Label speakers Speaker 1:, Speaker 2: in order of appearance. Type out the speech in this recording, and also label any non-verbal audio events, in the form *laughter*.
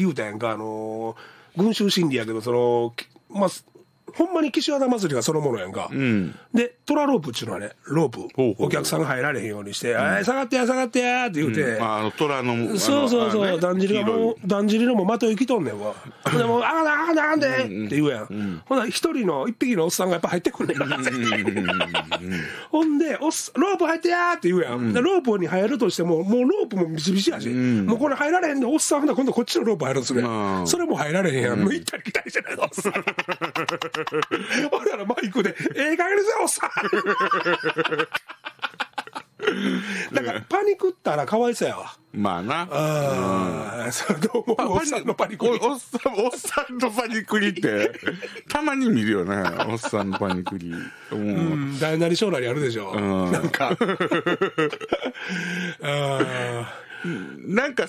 Speaker 1: 言うたやんか、あのー群衆心理やけど、その、きまあ、すほんまに岸和田祭りがそのものやんか。で、トラロープっちゅうのはね、ロープ、
Speaker 2: ほうほうほう
Speaker 1: お客さんが入られへんようにして、あい下がってや、下がってやって言うて、
Speaker 2: まあ、あの、虎の、あの
Speaker 1: そうそうそう、
Speaker 2: あのね
Speaker 1: だんじりがも
Speaker 2: 黄
Speaker 1: う、だんじりのもまといきとんねんわ。ほんでもう、あかんであかんであかんでって言うやん。ほんなら一人の、一匹のおっさんがやっぱ入ってくんねんな *laughs* ほんで、おっさんロープ入ってやーって言うやん。でロープに入るとしても、もうロープもビシビシやし、もうこれ入られへんで、おっさんほんなら今度こっちのロープ入るんすね
Speaker 2: う。ん
Speaker 1: それも入られへんやん。向いたり来たりしてないおっさん。 *laughs* ほんならマイクで、ええ加減にせよ、おっ *laughs* さんだからパニックったらかわいそうやわ。
Speaker 2: 色いまあな。
Speaker 1: ああ、 *laughs* そうどうも、おっさんのパニックに。
Speaker 2: おおっさん、おっさんのパニクリ
Speaker 1: *laughs*
Speaker 2: って、たまに見るよね。おっさんのパニクリ。もう
Speaker 1: うん大なり小なりあるでしょ。なんか。ああ。
Speaker 2: なんかさ、